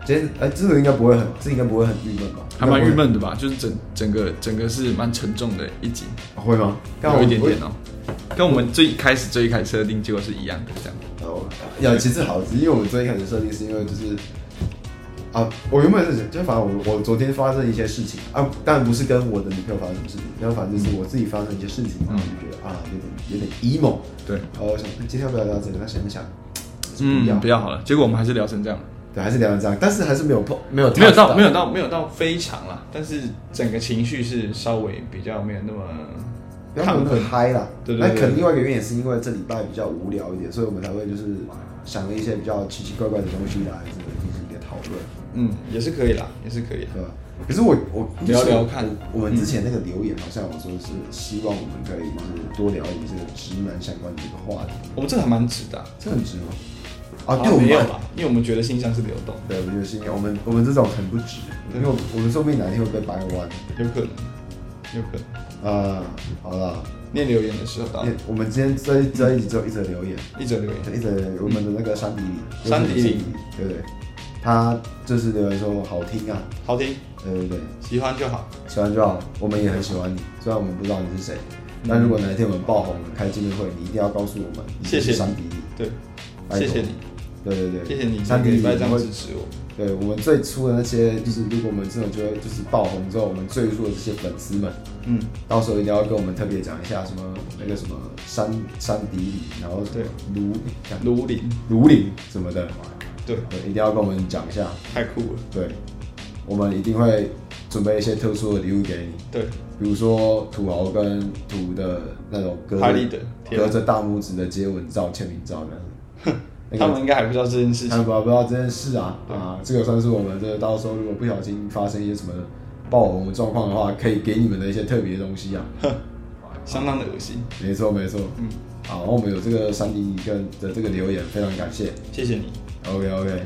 今天哎、这个应该不会很，这应该不会很郁闷吧？
还蛮郁闷的吧？就是整整个整个是蛮沉重的一集，
应该不会，会吗？
有一点点哦、跟我们最一开始最一开始设定结果是一样的，这样。
哦，呀，其实好，只是因为我们最一开始设定是因为就是啊，我原本是就反正我我昨天发生一些事情啊，当然不是跟我的女朋友发生什么事情，但反正就是我自己发生一些事情，
嗯
然后我就觉得啊，有点有点 emo，
对，
然后我想今天要不要聊这个？那想一想，不要
嗯，不要好了。结果我们还是聊成这样，
对，还是聊成这样，但是还是没有碰，没有
没有到
touch
没有到没有到非常啦，但是整个情绪是稍微比较没有那么
不要
亢
很
奋。
嗨啦。
对对对
那可能另外一个原因也是因为这礼拜比较无聊一点，所以我们才会就是想了一些比较奇奇怪怪的东西来这个进行一个讨论。
嗯，也是可以啦，也是可以啦。
对吧？可是我我
聊聊看
我我们之前那个留言好像有说是希望我们可以就是多聊一点这个直男相关的这个话题，
我们这个还蛮直的啊、
这很直吗？啊，
好
对，我
没有
们
啦，因为我们觉得性向是流动，
对，我们就是因为我们我们这种很不直，因为我我们说不定哪一天会被掰弯。
有可能，有可能。
啊，好了，
念留言的时候到，
也我们今天这一这一集只有一则留言，
一则留言。
一则留言我们的那个山迪里，
山迪里
里，对不对？他就是留言说好听啊，
好听，
对对对，
喜欢就好。
喜欢就好，我们也很喜欢你，虽然我们不知道你是谁，但如果哪一天我们爆红了开见面会，你一定要告诉我们，
谢谢
你是山迪力，
对，
拜托
谢谢你，
对对对，
谢谢你
山
上
迪
个
力
礼拜这
我
样
们
支
会
持我。
对我们最初的那些，就是如果我们真的觉得就是爆红之后，我们最初的这些粉丝们，
嗯，
到时候一定要跟我们特别讲一下什么那个什么山山迪里，然后
对
卢
卢林，
卢林什么的，
对，
对，一定要跟我们讲一下。
太酷了，
对，我们一定会准备一些特殊的礼物给你，
对，
比如说土豪跟土的那种隔
哈利的贴
隔着大拇指的接吻照、签名
(laughs)
照那样。那
他
个
们应该还不知道这件事
他
情，
们不知道这件事啊啊，这个算是我们这到时候如果不小心发生一些什么爆红的状况的话，可以给你们的一些特别的东
(laughs)
西啊。
相当的恶心，
没错没错，嗯，好，那我们有这个山迪跟的这个留言，非常感谢。
谢谢你，
OK OK，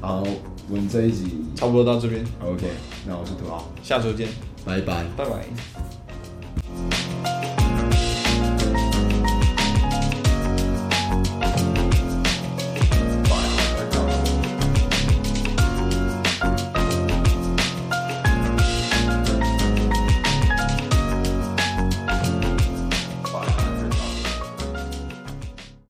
好，我们这一集
差不多到这边，
OK，那我是土豪，
下周见，
拜拜。
拜拜。